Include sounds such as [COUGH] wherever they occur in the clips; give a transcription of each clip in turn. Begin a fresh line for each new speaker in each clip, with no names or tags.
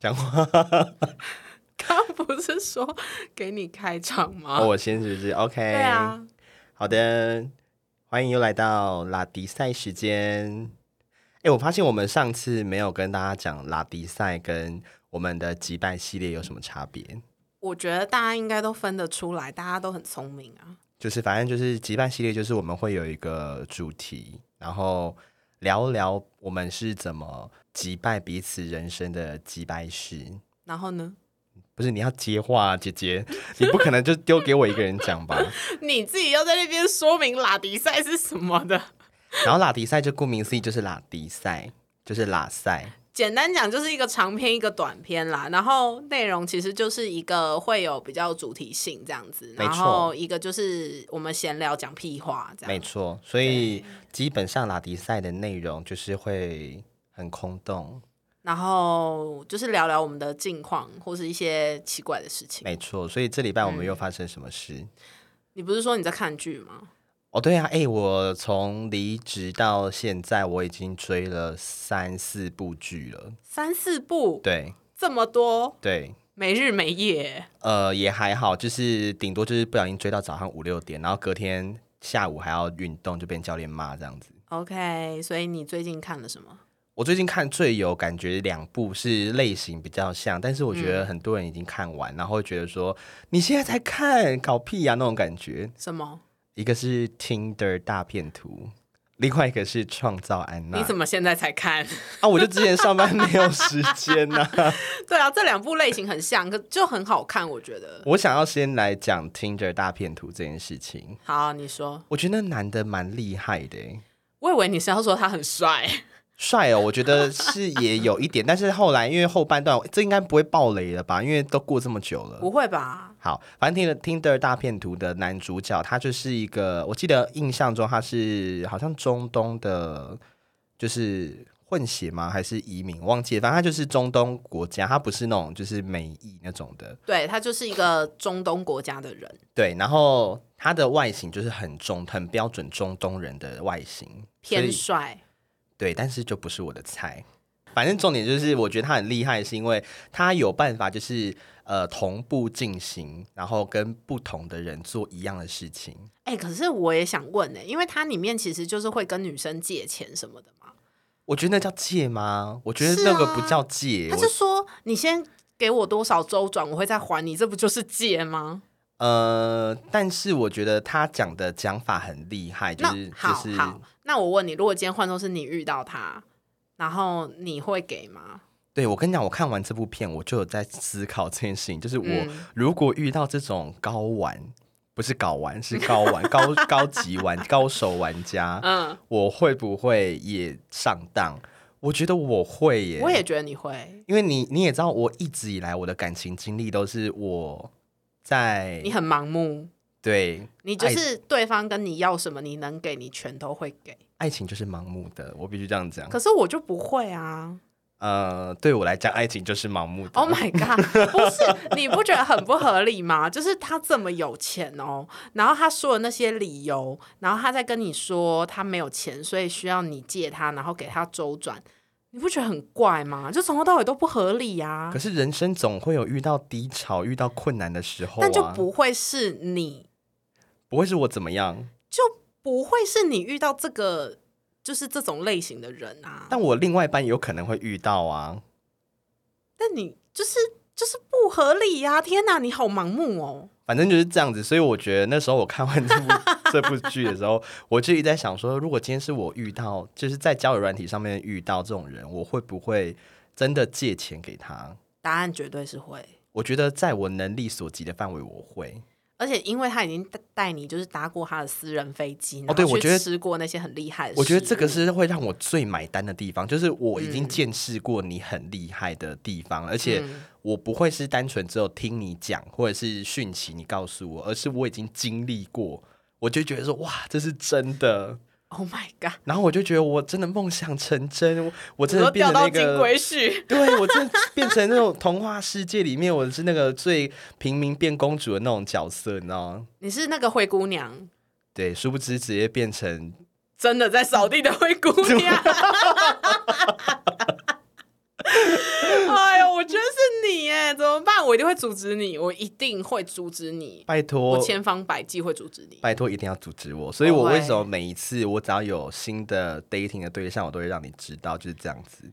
讲话。
啊 [LAUGHS] 刚不是说给你开场吗？
哦我先是不是？OK。
对啊，
哎好的，欢迎又来到拉迪赛时间。哎，我发现我们上次没有跟大家讲拉迪赛跟我们的击败系列有什么差别，
我觉得大家应该都分得出来，大家都很聪明啊。
就是反正就是击败系列，就是我们会有一个主题，然后聊聊我们是怎么击败彼此人生的击败事。
然后呢，
不是你要接话、啊，姐姐，你不可能就丢给我一个人讲吧？
你自己要在那边说明拉迪赛是什么的。
然后拉迪赛就顾名思义就是拉迪赛，就是拉赛。
简单讲就是一个长篇一个短篇啦，然后内容其实就是一个会有比较主题性这样子，
没错
然后一个就是我们闲聊讲屁话这
没
样。
错，所以基本上拉迪赛的内容就是会很空洞。
然后就是聊聊我们的近况或是一些奇怪的事情。
没错，所以这礼拜我们又发生什么事？
你不是说你在看剧吗？
哦，对啊，哎、我从离职到现在，我已经追了三四部剧了。
三四部，
对
这么多，
对，
没日没夜。
呃，也还好，就是顶多就是不小心追到早上五六点，然后隔天下午还要运动，就被教练骂这样子。
OK，所以你最近看了什么？
我最近看最有感觉两部是类型比较像，但是我
嗯
觉得很多人已经看完，然后会觉得说你现在才看，搞屁啊呀、那种感觉。
什么？
一个是 Tinder 大片图，另外一个是创造安娜。
你怎么现在才看？ [LAUGHS]
啊？我就之前上班没有时间呐、 [LAUGHS]
对啊，这两部类型很像，可就很好看，我觉得。
我想要先来讲 Tinder 大片图这件事情。
好，你说。
我觉得那男的蛮厉害的欸，
我以为你是要说他很帅， [LAUGHS]
帅哦，我觉得是也有一点，但是后来因为后半段这应该不会爆雷了吧？因为都过这么久了。
不会吧？
好，反正 Tinder Tinder 大片图的男主角，他就是一个，我记得印象中他是好像中东的，就是混血吗？还是移民？忘记了，反正他就是中东国家，他不是那种就是美裔那种的。
对他就是一个中东国家的人，
对，然后他的外形就是很中，很标准中东人的外形，所
偏
以
帅。
对，但是就不是我的菜。反正重点就是，我觉得他很厉害，是因为他有办法，就是呃同步进行，然后跟不同的人做一样的事情。
哎、可是我也想问呢、因为他里面其实就是会跟女生借钱什么的嘛。
我觉得那叫借吗？我觉得
是
那
啊
个不叫借。
他
我
就说你先给我多少周转，我会再还你，这不就是借吗？
呃，但是我觉得他讲的讲法很厉害，就
那
是就
好
是
好，那我问你，如果今天换作是你遇到他，然后你会给吗？
对我跟你讲，我看完这部片，我就有在思考这件事情，就是我
嗯
如果遇到这种高玩，不是搞玩，是高玩高高级玩高手玩家，
嗯，
我会不会也上当？我觉得我会耶，
我也觉得你会，
因为你你也知道，我一直以来我的感情经历都是我在
你很盲目，
对
你就
爱
是对方跟你要什么，你能给你全都会给。
爱情就是盲目的，我必须这样讲。
可是我就不会啊
呃，对我来讲，爱情就是盲目的。
！Oh my god，不是你不觉得很不合理吗？就是他这么有钱哦，然后他说的那些理由，然后他在跟你说他没有钱，所以需要你借他，然后给他周转，你不觉得很怪吗？就从头到尾都不合理啊
可！是人生总会有遇到低潮、遇到困难的时候、啊，
但就不会是你，
不会是我怎么样。
就不会是你遇到这个就是这种类型的人啊！
但我另外一半有可能会遇到啊。
但你就是就是不合理呀、天哪，你好盲目哦！
反正就是这样子，所以我觉得那时候我看完这部 [LAUGHS] 这部剧的时候，我就一直在想说，如果今天是我遇到，就是在交友软体上面遇到这种人，我会不会真的借钱给他？
答案绝对是会，
我觉得在我能力所及的范围，我会。
而且因为他已经带带你就是搭过他的私人飞机，然后
哦对我
去
觉得
吃过那些很厉害的，
我觉得这个。是会让我最买单的地方，就是我已经
嗯
见识过你很厉害的地方，而且我不会是单纯只有听你讲或者是讯息你告诉我，而是我已经经历过，我就觉得说哇，这是真的。
Oh my god！
然后我就觉得我真的梦想成真，我我真的
我都
变
掉
成
到
那
金
个，
龟婿，
对我真的变成那种童话世界里面，我是那个最平民变公主的那种角色，你知道吗？
你是那个灰姑娘，
对，殊不知直接变成
真的在扫地的灰
[LAUGHS]
姑娘。哎呦，我觉得我一定会阻止你，我一定会阻止你，
拜
我
托，
千方百计会阻止你。
拜托，一定要阻止我。所以我
不会
为什么每一次我只要有新的 dating 的对象，我都会让你知道，就是这样子。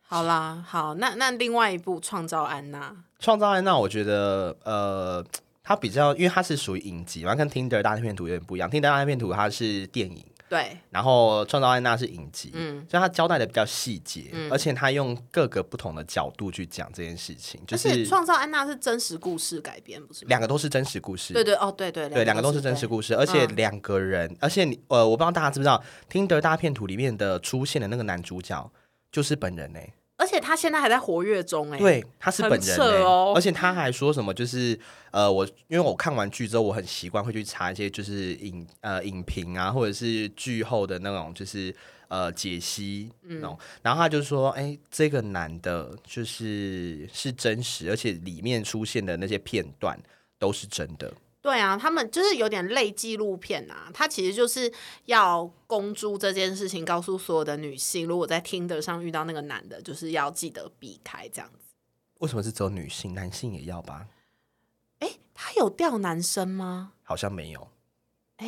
好啦，好，那那另外一部《创造安娜》，
创造安娜，我觉得呃，它比较，因为它是属于影集嘛，跟 Tinder 大片图有点不一样。Tinder 大片图它是电影，
对，
然后创造安娜是影集，
嗯
所以它交代的比较细节，而且它用各个不同的角度去讲这件事情，就
而且
是
《创造安娜》是真实故事改编，不是吗？
两个都是真实故事。
对对哦，对对
对，两个都是真实故事，而且两个人，而且你呃，我不知道大家知不知道，《听得大片图》里面的出现的那个男主角就是本人呢、
而且他现在还在活跃中哎，，
对，他是本人、
很扯
欸
哦
而且他还说什么，就是呃，我因为我看完剧之后，我很习惯会去查一些就是影呃影评啊，或者是剧后的那种就是呃解析那种。然后他就说，哎、这个男的就是是真实，而且里面出现的那些片段都是真的。
对啊，他们就是有点类纪录片啊，他其实就是要公诸这件事情，告诉所有的女性，如果在听得上遇到那个男的，就是要记得避开这样子。
为什么是只有女性？男性也要吧？
哎，他有钓男生吗？
好像没有。
哎，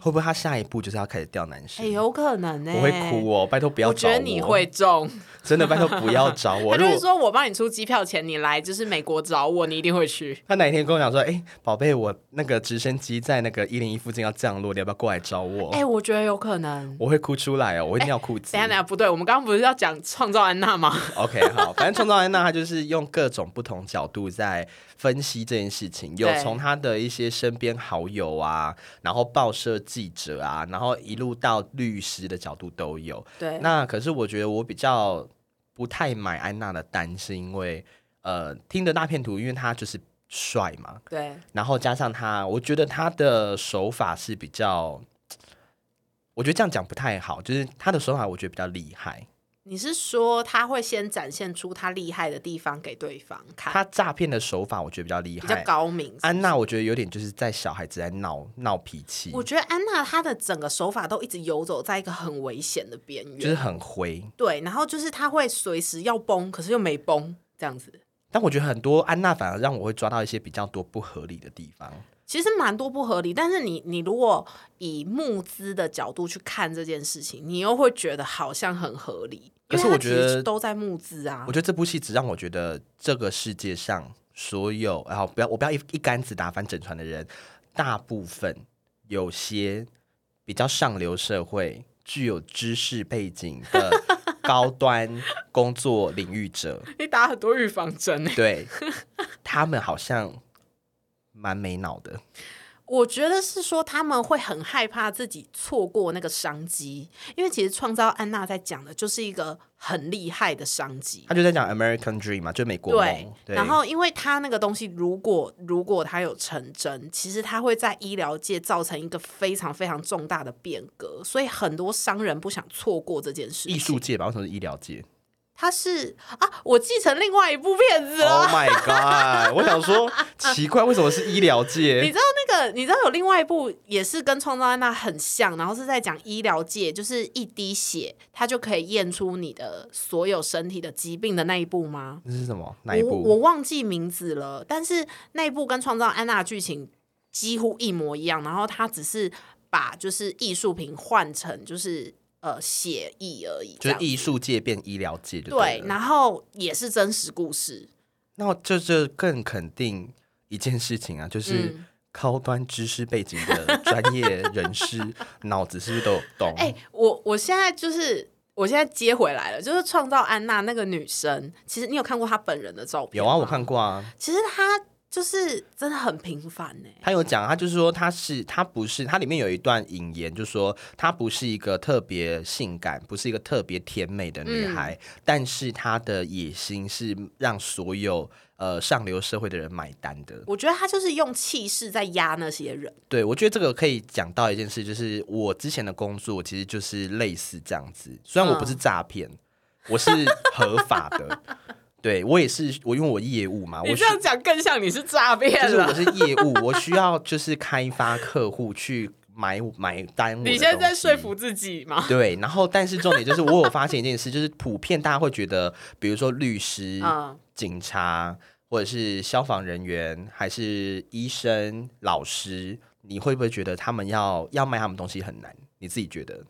会不会他下一步就是要开始钓男
哎，
生？
有可能呢、欸
我会哭哦，拜托不要
我
找
觉
我。
得你会中，
真的，拜托不要找 [LAUGHS] 我。
[LAUGHS]
如
他就
果
是说我帮你出机票钱，你来就是美国找我，你一定会去。
他哪一天跟我讲说，哎、宝贝，我那个直升机在那个一零一附近要降落，你要不要过来找我？
哎、我觉得有可能。
我会哭出来哦，我会尿裤子。
等一下等一下，不对，我们刚刚不是要讲创造安娜吗？
OK，好，反正创造安娜她就是用各种不同角度在分析这件事情，有
对
从她的一些身边好友啊，然后报社记者啊，然后一路到律师的角度都有。
对，
那可是我觉得我比较不太买安娜的单，是因为呃，听的大片图，因为他就是帅嘛，
对，
然后加上他，我觉得他的手法是比较，我觉得这样讲不太好，就是他的手法我觉得比较厉害。
你是说他会先展现出他厉害的地方给对方看，
他诈骗的手法我觉得比较厉
啊比较
害。
高明。
安娜，我觉得有点就是在小孩子在闹闹脾气，
我觉得安娜她的整个手法都一直游走在一个很危险的边缘，
就是很灰。
对，然后就是她会随时要崩，可是又没崩这样子。
但我觉得很多安娜反而让我会抓到一些比较多不合理的地方。
其实蛮多不合理，但是你你如果以募资的角度去看这件事情，你又会觉得好像很合理，
可是
因为
我
它其
觉得
实都在募资啊
我。觉得这部戏只让我觉得这个世界上所有，然后不要我不要一一竿子打翻整船的人，大部分有些比较上流社会、具有知识背景的
[LAUGHS]
高端工作领域者，
[LAUGHS] 你打很多预防针呢、欸
对他们好像蛮没脑的。
我觉得是说他们会很害怕自己错过那个商机，因为其实创造安娜在讲的就是一个很厉害的商机。
他就在讲 American Dream 嘛，就美国
对
梦，。对，
然后因为他那个东西，如果如果他有成真，其实他会在医疗界造成一个非常非常重大的变革，所以很多商人不想错过这件事情。
艺术界吧，为什么是医疗界
他是啊，我继承另外一部片子了。
？Oh my god！我想说奇怪，为什么是医疗
你
界？
[LAUGHS] 知道那个，你知道有另外一部也是跟《创造安娜》很像，然后是在讲医疗界，就是一滴血，它就可以验出你的所有身体的疾病的那一部吗？
那是什么？哪一
我
部？
我忘记名字了，但是那一部跟《创造安娜》的剧情几乎一模一样，然后它只是把就是艺术品换成就是呃血液而已，这
就
样
是艺术界变医疗界就
对，
了
然后也是真实故事，
那我这就更肯定一件事情啊，就是
嗯
高端知识背景的专业人
[LAUGHS]
士脑子是不是都有懂？
哎、我我现在就是我现在接回来了，就是创造安娜那个女生，其实你有看过她本人的照片？
有啊，我。看过啊。
其实她就是真的很平凡欸呢、
他有讲，他就是说他是他不是，他里面有一段引言，就说她不是一个特别性感，不是一个特别甜美的女孩，
嗯
但是她的野心是让所有呃上流社会的人买单的。
我觉得她就是用气势在压那些人。
对，我觉得这个可以讲到一件事，就是我之前的工作其实就是类似这样子，虽然我
嗯
不是诈骗，我是合法的，对我也是我因为我业务嘛，啊我需
讲更像你是诈
就
骗
是我。是业务，我需要就是开发客户去买买单我的
你现在在
东西
说服自己吗？
对，然后但是重点就是，我有发现一件事，就是普遍大家会觉得，比如说律师、
嗯
警察，或者是消防人员，还是医生、老师，你会不会觉得他们要要卖他们东西很难？你自己觉得？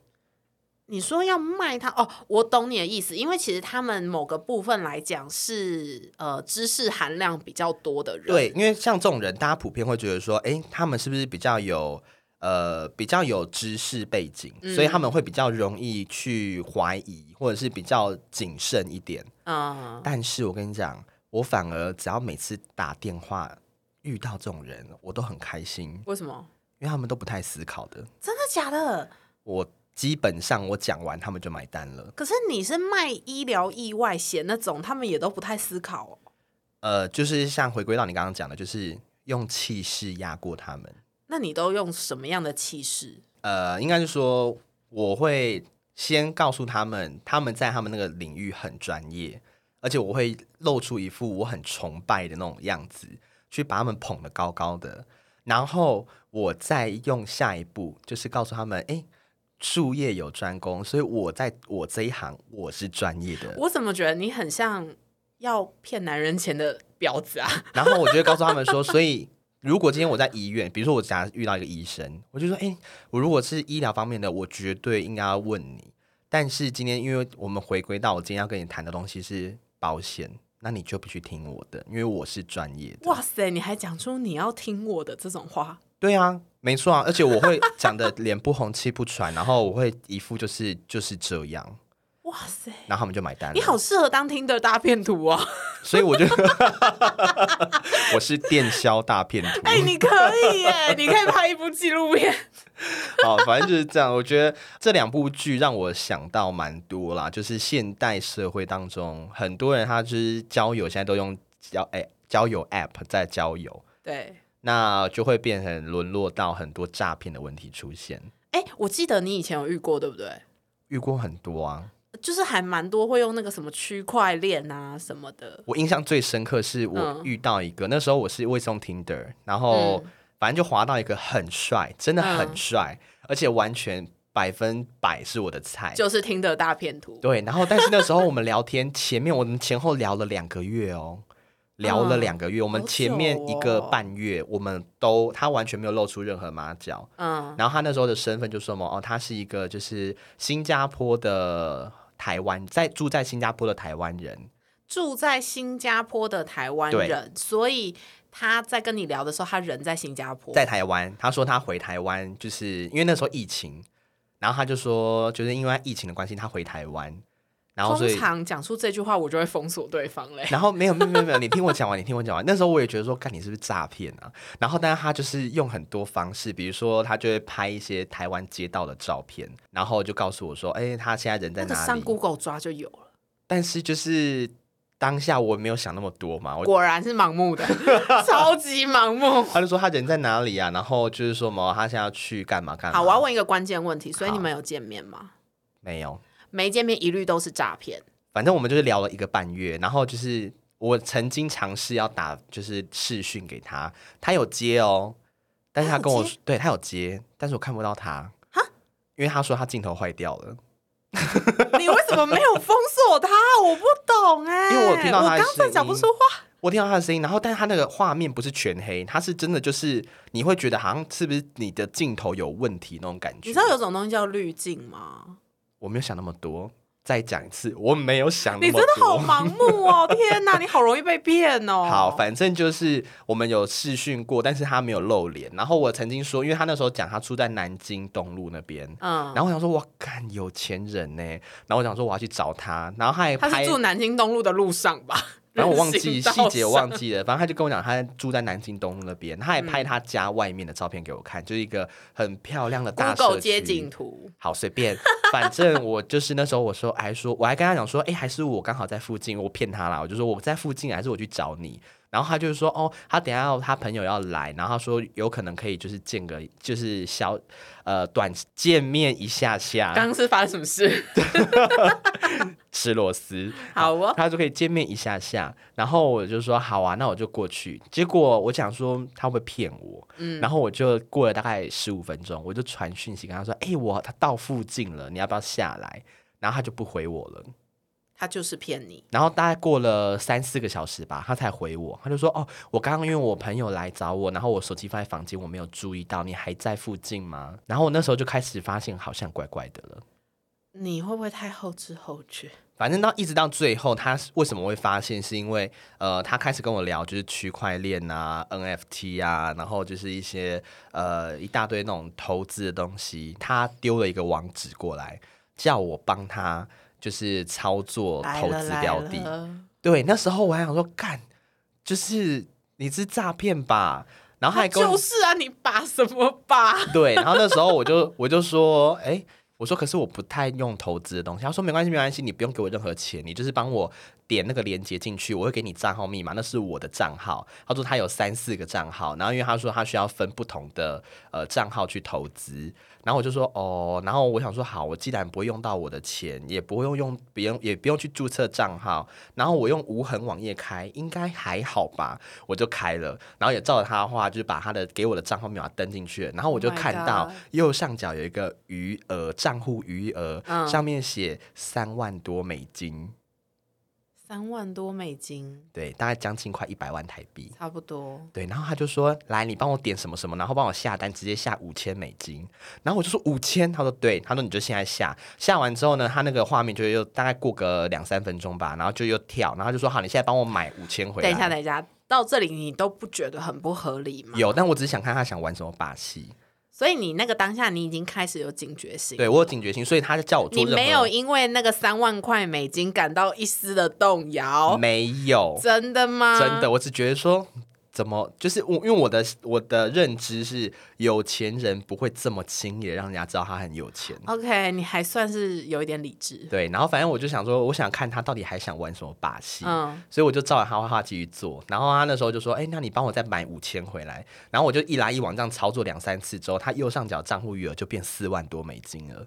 你说要卖它哦，我懂你的意思，因为其实他们某个部分来讲是呃知识含量比较多的人，
对，因为像这种人，大家普遍会觉得说，哎，他们是不是比较有呃比较有知识背景，所以他们会比较容易去怀疑，或者是比较谨慎一点。
嗯，
但是我跟你讲，我反而只要每次打电话遇到这种人，我都很开心，
为什么？
因为他们都不太思考的。
真的假的？
我基本上我讲完，他们就买单了。
可是你是卖医疗意外险那种，他们也都不太思考哦。
呃，就是像回归到你刚刚讲的，就是用气势压过他们。
那你都用什么样的气势？
呃，应该是说我会先告诉他们，他们在他们那个领域很专业，而且我会露出一副我很崇拜的那种样子，去把他们捧得高高的。然后我再用下一步，就是告诉他们，哎，术业有专攻，所以我在我这一行我是专业的。
我怎么觉得你很像要骗男人钱的婊子 [LAUGHS] 啊？
然后我就会告诉他们说，所以如果今天我在医院，比如说我假如遇到一个医生，我就说，哎、我如果是医疗方面的，我绝对应该要问你。但是今天，因为我们回归到我今天要跟你谈的东西是保险，那你就必须听我的，因为我是专业的。
哇塞，你还讲出你要听我的这种话，
对啊，没错啊，而且我会讲的脸不红气不喘，然后我会一副就是就是这样，
哇塞！
然后他们就买单了。
你好，适合当听的大片图 [LAUGHS] 哦！
所以我就 [LAUGHS] 我是电销大骗徒。
哎、你可以 [LAUGHS] 耶，你可以拍一部纪录片。
好，反正就是这样。我觉得这两部剧让我想到蛮多啦，就是现代社会当中，很多人他就是交友，现在都用交哎、交友 App 在交友，
对，
那就会变成沦落到很多诈骗的问题出现，
哎、我记得你以前有遇过，对不对？
遇过很多啊。
就是还蛮多会用那个什么区块链啊什么的。
我印象最深刻是我
嗯
遇到一个，那时候我是未送 Tinder，然后反正就滑到一个很帅，真的很
嗯
帅，而且完全百分百是我的菜，
就是听的大片图，
对，然后但是那时候我们聊天，前面我们前后聊了两个月哦，聊了
嗯
两个月，我们
好
前
久
面一个
哦
半月，我们都他完全没有露出任何马脚，
嗯，
然后他那时候的身份就说嘛，哦，他是一个就是新加坡的台湾，在住在新加坡的台湾人，
住在新加坡的台湾
对
人，所以他在跟你聊的时候，他人在新加坡，
在台湾，他说他回台湾，就是因为那时候疫情，然后他就说就是因为疫情的关系，他回台湾，然后所以
通常讲出这句话，我就会封锁对方嘞。
然后没有没有没有没有，你听我讲完，你听我讲完。那时候我也觉得说，看你是不是诈骗啊？然后，但是他就是用很多方式，比如说他就会拍一些台湾街道的照片，然后就告诉我说，哎，他现在人在
那个
哪
上
里？
Google 抓就有了，
但是就是当下我没有想那么多嘛，我
果然是盲目
[LAUGHS]
的，超级盲目。
他就说他人在哪里啊？然后就是说嘛，他现在要去干嘛干嘛？
好，啊我要问一个关键问题，所以
好
你们有见面吗？
没有，
没见面一律都是诈
[LAUGHS]
骗。
反正我们就是聊了一个半月，然后就是我曾经尝试要打就是视讯给他，他有接哦，但是他
他有
跟我
接
说对他有接，但是我看不到他，因为他说他镜头坏掉了，
你为什么没有封锁他？我不懂哎、
因为我有听到他的
我刚才讲不出话。
我听到他的声音，然后但是他那个画面不是全黑，他是真的就是你会觉得好像是不是你的镜头有问题那种感觉，
你知道有种东西叫滤镜吗？
我没有想那么多，再讲一次，我没有想那
你
么
真
多，
的好盲目哦！天哪，你好容易被骗哦。
[LAUGHS] 好，反正就是我们有试训过，但是他没有露脸。然后我曾经说，因为他那时候讲他住在南京东路那边，
嗯，
然后我想说，哇，干有钱人呢。然后我想说我要去找他，然后他还
他
拍
是，住南京东路的路上 [LAUGHS] 吧？
然后我忘记
人行道
细节，我忘
上。
记了。反正他就跟我讲，他住在南京东路那边，他还拍他家外面的照片给我看，就是一个很漂亮的大社
Google
区。
街景图，
好，随便，反正我就是那时候我说，哎还说我还跟他讲说，哎、还是我刚好在附近，我骗他啦，我就说我在附近，还是我去找你。然后他就是说，哦，他等一下要他朋友要来，然后他说有可能可以就是见个就是小呃短见面一下下，
刚刚是发生什么 [LAUGHS] 事？
吃螺丝，
好 [LAUGHS] 哦，
他就可以见面一下下。然后我就说好啊，那我就过去。结果我想说他会不会骗我，然后我就过了大概十五分钟，我就传讯息跟他说，哎、我他到附近了，你要不要下来？然后他就不回我了。
他就是骗你。
然后大概过了三四个小时吧，他才回我，他就说：“哦，我刚刚因为我朋友来找我，然后我手机放在房间，我没有注意到，你还在附近吗？”然后我那时候就开始发现好像怪怪的了。
你会不会太后知后觉？
反正到一直到最后，他是为什么会发现？是因为呃，他开始跟我聊就是区块链啊、NFT 啊，然后就是一些呃一大堆那种投资的东西。他丢了一个网址过来，叫我帮他就是操作
来
投
了
资
来
标的。
了，
对，那时候我还想说，干，就是你是诈骗吧？然后还
他
跟我、
就是啊，你把什么把？
对，然后那时候我就我就说，哎、我说可是我不太用投资的东西。他说没关系，没关系，你不用给我任何钱，你就是帮我点那个链接进去，我会给你账号密码，那是我的账号。他说他有三四个账号，然后因为他说他需要分不同的呃账号去投资，然后我就说哦，然后我想说好，我既然不会用到我的钱，也不会用用别人，也不用去注册账号，然后我用无痕网页开，应该还好吧，我就开了，然后也照着他的话，就是把他的给我的账号密码登进去了，然后我就
Oh my
看到
God
右上角有一个余额账户余额，
嗯
上面写三万多美金，
三万多美金，
对，大概将近快一百万台币。
差不多。
对，然后他就说：“来，你帮我点什么什么，然后帮我下单，直接下五千美金。”然后我就说：“五千。”他说：“对。”他说：“你就现在下。”下完之后呢，他那个画面就又大概过个两三分钟吧，然后就又跳，然后他就说：“好，你现在帮我买五千回来。”
等一下，等一下，到这里你都不觉得很不合理吗？
有，但我只是想看他想玩什么把戏。
所以你那个当下你已经开始有警觉性，
对我有警觉性，所以他就叫我做
你
任何
没有因为那个三万块美金感到一丝的动摇，
没有
嗯真的吗？
真的，，我只觉得说。怎么？就是我，因为我的我的认知是，有钱人不会这么轻易的让人家知道他很有钱。
OK，你还算是有一点理智。
对，然后反正我就想说，我想看他到底还想玩什么把戏，
嗯，
所以我就照着他画画继续做。然后他那时候就说：“哎、那你帮我再买五千回来。”然后我就一来一往这样操作两三次之后，他右上角账户余额就变四万多美金了。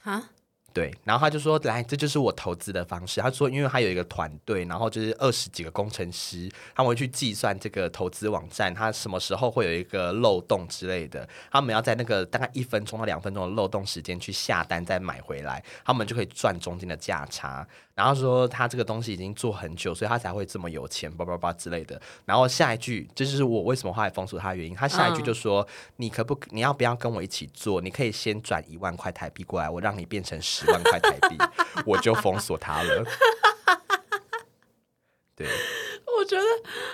哈，
对，然后他就说：“来，这就是我投资的方式。”他说：“因为他有一个团队，然后就是二十几个工程师，他们会去计算这个投资网站它什么时候会有一个漏洞之类的，他们要在那个大概一分钟到两分钟的漏洞时间去下单再买回来，他们就可以赚中间的价差。”然后说他这个东西已经做很久，所以他才会这么有钱，叭叭叭之类的。然后下一句，这就是我为什么后来封锁他的原因。他下一句就说：“你可不，你要不要跟我一起做？你可以先转一万块台币过来，我让你变成十万块台币，我就封锁他了。”对，
我觉得，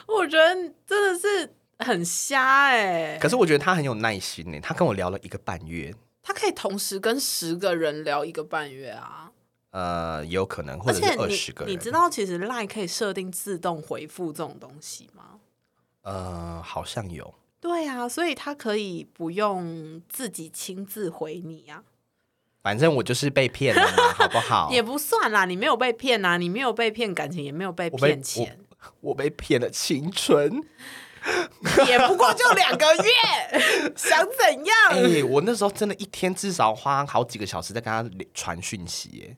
我觉得真的是很瞎哎、
可是我觉得他很有耐心呢，他跟我聊了一个半月，
他可以同时跟十个人聊一个半月啊，
呃，也有可能或
而
者
且
是二十个
你
人，
你知道，其实 Line 可以设定自动回复这种东西吗？
呃，好像有，
对啊，所以他可以不用自己亲自回你啊，
反正我就是被骗了嘛，好不好？
[LAUGHS] 也不算啦，你没有被骗啊，你没有被骗感情，也没有被
我被
骗钱，
我被骗了青
[LAUGHS]
春。
也不过就两个
[LAUGHS]
月，想怎样？
哎、我那时候真的一天至少花好几个小时在跟他聊传讯息欸耶。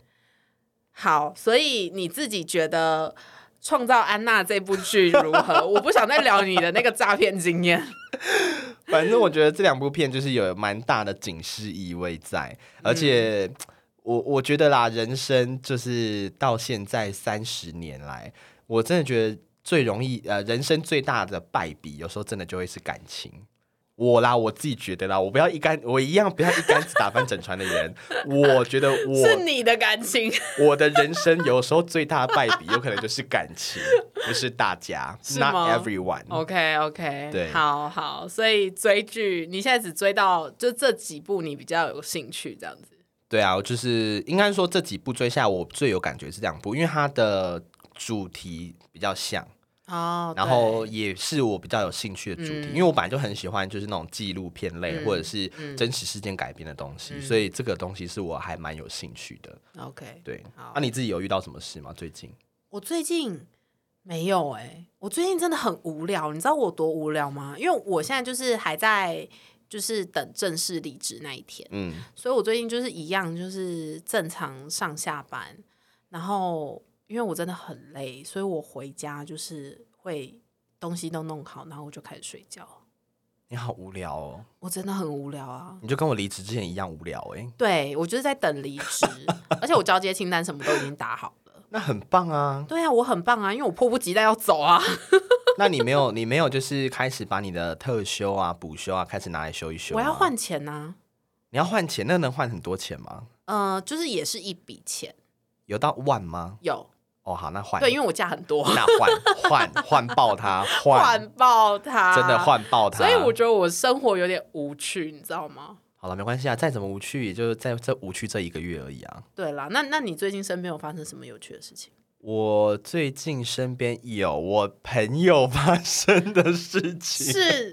好，所以你自己觉得《创造安娜》这部剧如 [LAUGHS] 何？我不想再聊你的那个诈骗经验。 [LAUGHS]
反正我觉得这两部片就是有蛮大的警示意味在，而且。
嗯
我我觉得啦，人生就是到现在三十年来，我真的觉得最容易呃，人生最大的败笔，有时候真的就会是感情。我啦，我自己觉得啦，我不要一竿，我一样不要一竿子打翻整船的人。我觉得我
是你的感 [LAUGHS] 情，
我的人生有时候最大的败笔，有可能就是感情，不是大家
是
，not
吗哦
everyone。
OK OK，
对
好好，所以追剧你现在只追到就这几部你比较有兴趣这样子，
对啊，就是应该说这几部追下来，我最有感觉是两部，因为它的主题比较像，
哦
然后也是我比较有兴趣的主题，
嗯
因为我本来就很喜欢就是那种纪录片类、
嗯
或者是真实事件改编的东西，所以这个东西是我还蛮有兴趣的。
OK，
对，啊
好
那、你自己有遇到什么事吗？最近
我最近没有哎、我最近真的很无聊，你知道我多无聊吗？因为我现在就是还在就是等正式离职那一天，
嗯，
所以我最近就是一样就是正常上下班，然后因为我真的很累，所以我回家就是会东西都弄好，然后我就开始睡觉。
你好无聊哦，
我真的很无聊啊！
你就跟我离职之前一样无聊哎、
对我就是在等离职，而且我交接清单什么都已经打好了。。
那很棒啊
对啊，我很棒啊，因为我迫不及待要走啊。
那你没有你没有就是开始把你的特休啊、补休啊开始拿来休一休？
我要，换钱呐、
你要换钱，那能换很多钱吗？
呃，就是也是一笔钱，
有到万吗？
有
哦，好，那换
对，因为我假很多，
[LAUGHS] 那换换换爆
[LAUGHS]
它，换
换爆它，
真的。换爆它。
所以我觉得我生活有点无趣，你知道吗？
好了，没关系啊，再怎么无趣，也就在这无趣这一个月而已啊。
对啦，那那你最近身边有发生什么有趣的事情？
我最近身边有我朋友发生的事情，
是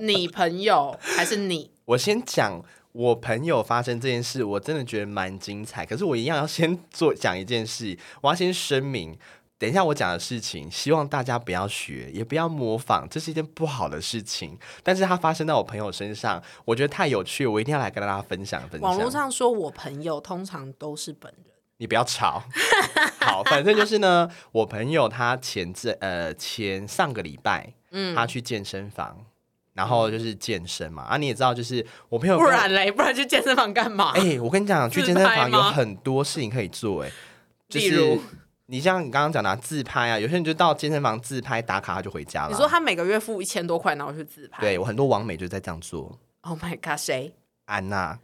你朋友还是你？
我先讲我朋友发生这件事，我真的觉得蛮精彩。可是我一样要先做讲一件事，我要先声明。等一下，我讲的事情，希望大家不要学，也不要模仿，这是一件不好的事情。但是它发生在我朋友身上，我觉得太有趣，我一定要来跟大家分享分享。
网络上说我朋友通常都是本人，
你不要
[LAUGHS]
吵。好，反正就是呢，我朋友他前阵呃前上个礼拜，
嗯
他去健身房，然后就是健身嘛。啊，你也知道，就是我朋友
不
跟我
然嘞，不然去健身房干嘛？
哎、我跟你讲，去
自
健身
拍
房有
吗
很多事情可以做、哎，就
例如
是你像你刚刚讲的啊自拍啊，有些人就到健身房自拍打卡，他就回家了。啊
你说他每个月付一千多块，然后去自拍？
对我很多网美就在这样做，
，Oh my god，谁
安娜。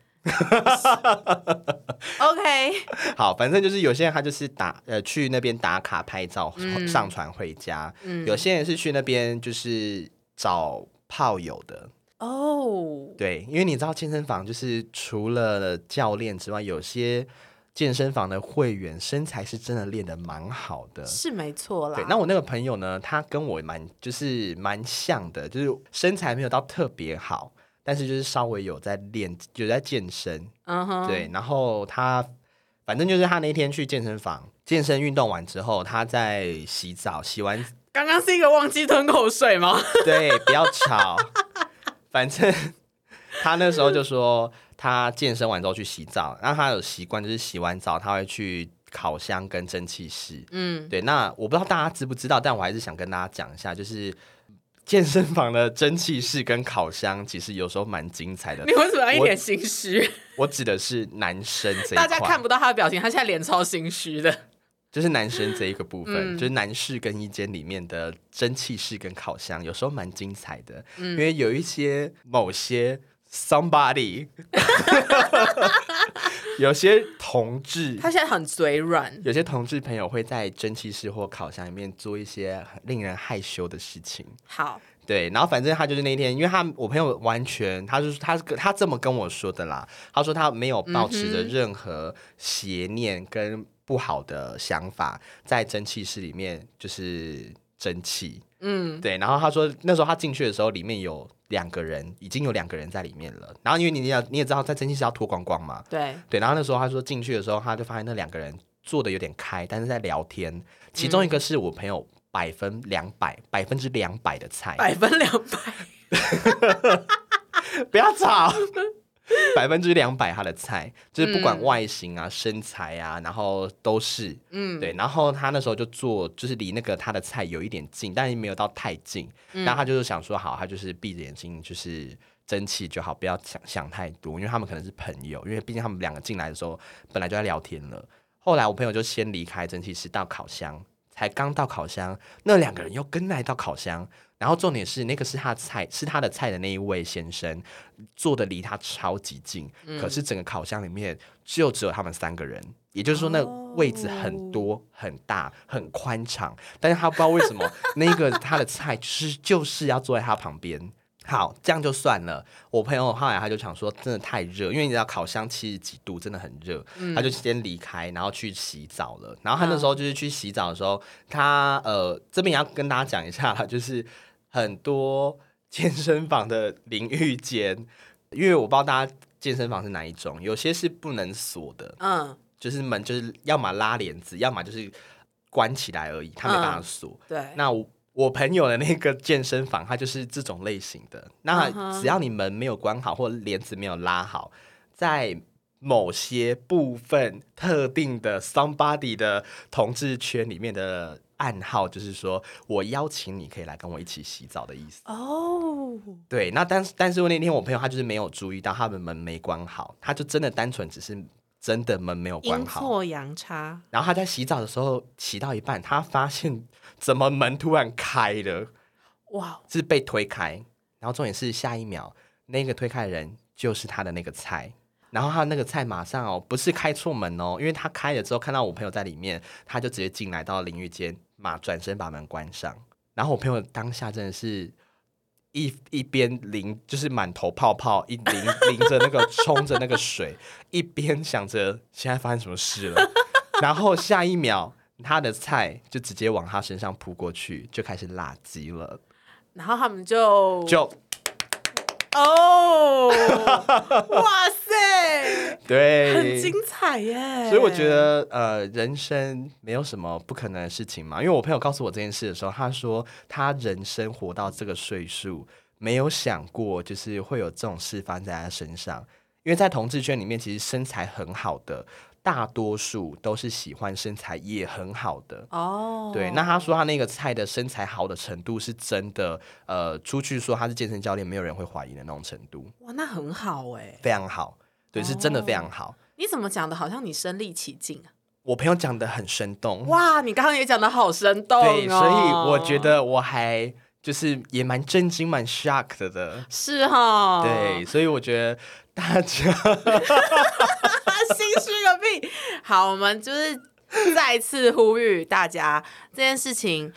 ？OK，
好，反正就是有些人他就是打呃去那边打卡拍照、上传回家，
嗯
有些人是去那边就是找炮友的。
哦，
对，因为你知道健身房就是除了教练之外，有些健身房的会员身材是真的练得蛮好的。
是没错啦。
对，那我那个朋友呢，他跟我蛮就是蛮像的，就是身材没有到特别好，但是就是稍微有在练，有在健身。
嗯哼，
对，然后他反正就是他那天去健身房健身运动完之后，他在洗澡，洗完
刚刚是一个忘记吞口水吗？ [LAUGHS]
对，不要吵， [LAUGHS] 反正他那时候就说他健身完之后去洗澡，然后他有习惯就是洗完澡他会去烤箱跟蒸汽室。
嗯，
对，那我不知道大家知不知道，但我还是想跟大家讲一下，就是。健身房的蒸汽室跟烤箱其实有时候蛮精彩的
你。为什么要一脸心虚？
我指的是男生这一块，
大家看不到他的表情，他现在脸超心虚的。
就是男生这一个部分，
嗯
就是男士更衣间里面的蒸汽室跟烤箱，有时候蛮精彩的，
嗯
因为有一些某些 somebody，有些同志。
他现在很嘴软，
有些同志朋友会在蒸汽室或烤箱里面做一些很令人害羞的事情，
好，
对，然后反正他就是那天，因为他我朋友完全，他就是他是跟他这么跟我说的啦，他说他没有抱持着任何邪念跟不好的想法，在蒸汽室里面就是蒸汽，
嗯，
对，然后他说那时候他进去的时候，里面有两个人，已经有两个人在里面了，然后因为你你也你也知道，在蒸汽室要脱光光嘛，
对，
对，然后那时候他说进去的时候，他就发现那两个人坐的有点开，但是在聊天，其中一个是我朋友。百分两百，百分之两百的菜，
百分两百，
[LAUGHS] 不要吵。百分之两百他的菜，就是不管外形啊、身材啊，然后都是，嗯，对。然后他那时候就做，就是离那个他的菜有一点近，但是没有到太近。然后他就是想说，好，他就是闭着眼睛，就是蒸汽就好，不要想想太多，因为他们可能是朋友，因为毕竟他们两个进来的时候本来就在聊天了。后来我朋友就先离开蒸汽室到烤箱，才刚到烤箱，那两个人又跟来到烤箱。然后重点是，那个是他的菜，是他的菜的那一位先生坐的离他超级近，可是整个烤箱里面就只有他们三个人，也就是说那位置很多、很大、很宽敞，但是他不知道为什么 [LAUGHS] 那个他的菜就是就是要坐在他旁边。好，这样就算了。我朋友后来他就想说，真的太热，因为你知道烤箱七十几度，真的很热，他就先离开，然后去洗澡了。然后他那时候就是去洗澡的时候，他呃这边也要跟大家讲一下啦，就是很多 [LAUGHS] 健身房的淋浴间，因为我不知道大家健身房是哪一种，有些是不能锁的，
嗯，
就是门就是要么拉帘子，要么就是关起来而已，他没办法锁。
对，
那我我朋友的那个健身房，它就是这种类型的。那
嗯哼
只要你门没有关好，或帘子没有拉好，在某些部分特定的 somebody 的同志圈里面的暗号，就是说我邀请你可以来跟我一起洗澡的意思。
哦，
对，那但是但是那天我朋友他就是没有注意到他们门没关好，他就真的单纯只是真的门没有关
阴
好。
错阳差，
然后他在洗澡的时候洗到一半，他发现怎么门突然开了。
哇，哦
是被推开，然后重点是下一秒那个推开的人就是他的那个菜，然后他那个菜马上哦不是开错门哦，因为他开了之后看到我朋友在里面，他就直接进来到淋浴间，马转身把门关上，然后我朋友当下真的是。一一边淋就是满头泡泡，一淋淋着那个冲着那个水，一边想着现在发生什么事了，然后下一秒他的菜就直接往他身上扑过去，就开始辣鸡了。
然后他们就
就
哦，
[LAUGHS]
哇塞，很
对，
精彩耶！
哎所以我觉得呃，人生没有什么不可能的事情嘛。因为我朋友告诉我这件事的时候，他说他人生活到这个岁数，没有想过就是会有这种事发生在他身上。因为在同志圈里面，其实身材很好的大多数都是喜欢身材也很好的。
哦，
对，那他说他那个菜的身材好的程度是真的，呃，出去说他是健身教练，没有人会怀疑的那种程度，
哇，那很好哎，
非常好，对，是真的非
哦
常好。
你怎么讲的？好像你身临其境啊！
我朋友讲的很生动，
哇，你刚刚也讲的好生动哦，
对，所以我觉得我还就是也蛮震惊、蛮 shocked 的。
是哈，
对，，所以我觉得大家
心虚个屁！好，我们就是再次呼吁大家，这件事情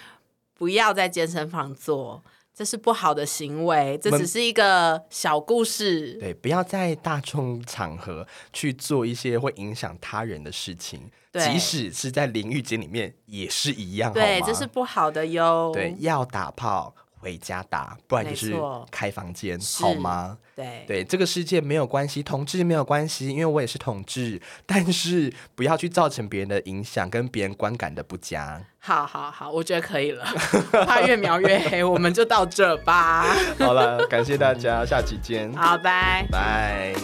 不要在健身房做，这是不好的行为，这
我们
只是一个小故事。
对不要在大众场合去做一些会影响他人的事情，
对
即使是在淋浴间里面也是一样，
对，
好吗
这是不好的哟。
对要打炮回家打，不然就是
没错
开房间，
是
好吗？
对
对这个世界没有关系，同志没有关系，因为我也是同志，但是不要去造成别人的影响跟别人观感的不佳。
好好好，我觉得可以了， [LAUGHS] 怕越描越黑，我们就到这吧。
好了，感谢大家，下期见，
好，拜。
拜。